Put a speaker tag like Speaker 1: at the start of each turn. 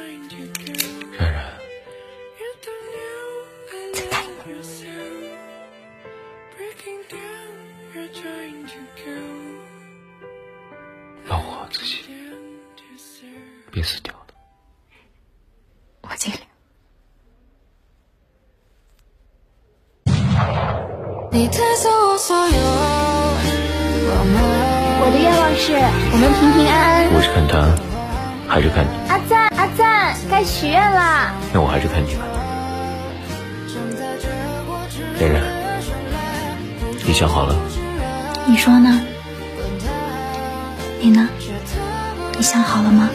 Speaker 1: 然然，
Speaker 2: 在干嘛？
Speaker 1: 让我自己憋死掉了。
Speaker 2: 我尽量。
Speaker 3: 你带走我所有，我们
Speaker 4: 我的愿望是我们平平安安。
Speaker 1: 我是看他，还是看你？
Speaker 4: 阿赞阿赞，该许愿啦！
Speaker 1: 那我还是看你吧。
Speaker 3: 正在绝过去。
Speaker 1: 然然，你想好了？
Speaker 2: 你说呢？你呢？你想好了吗？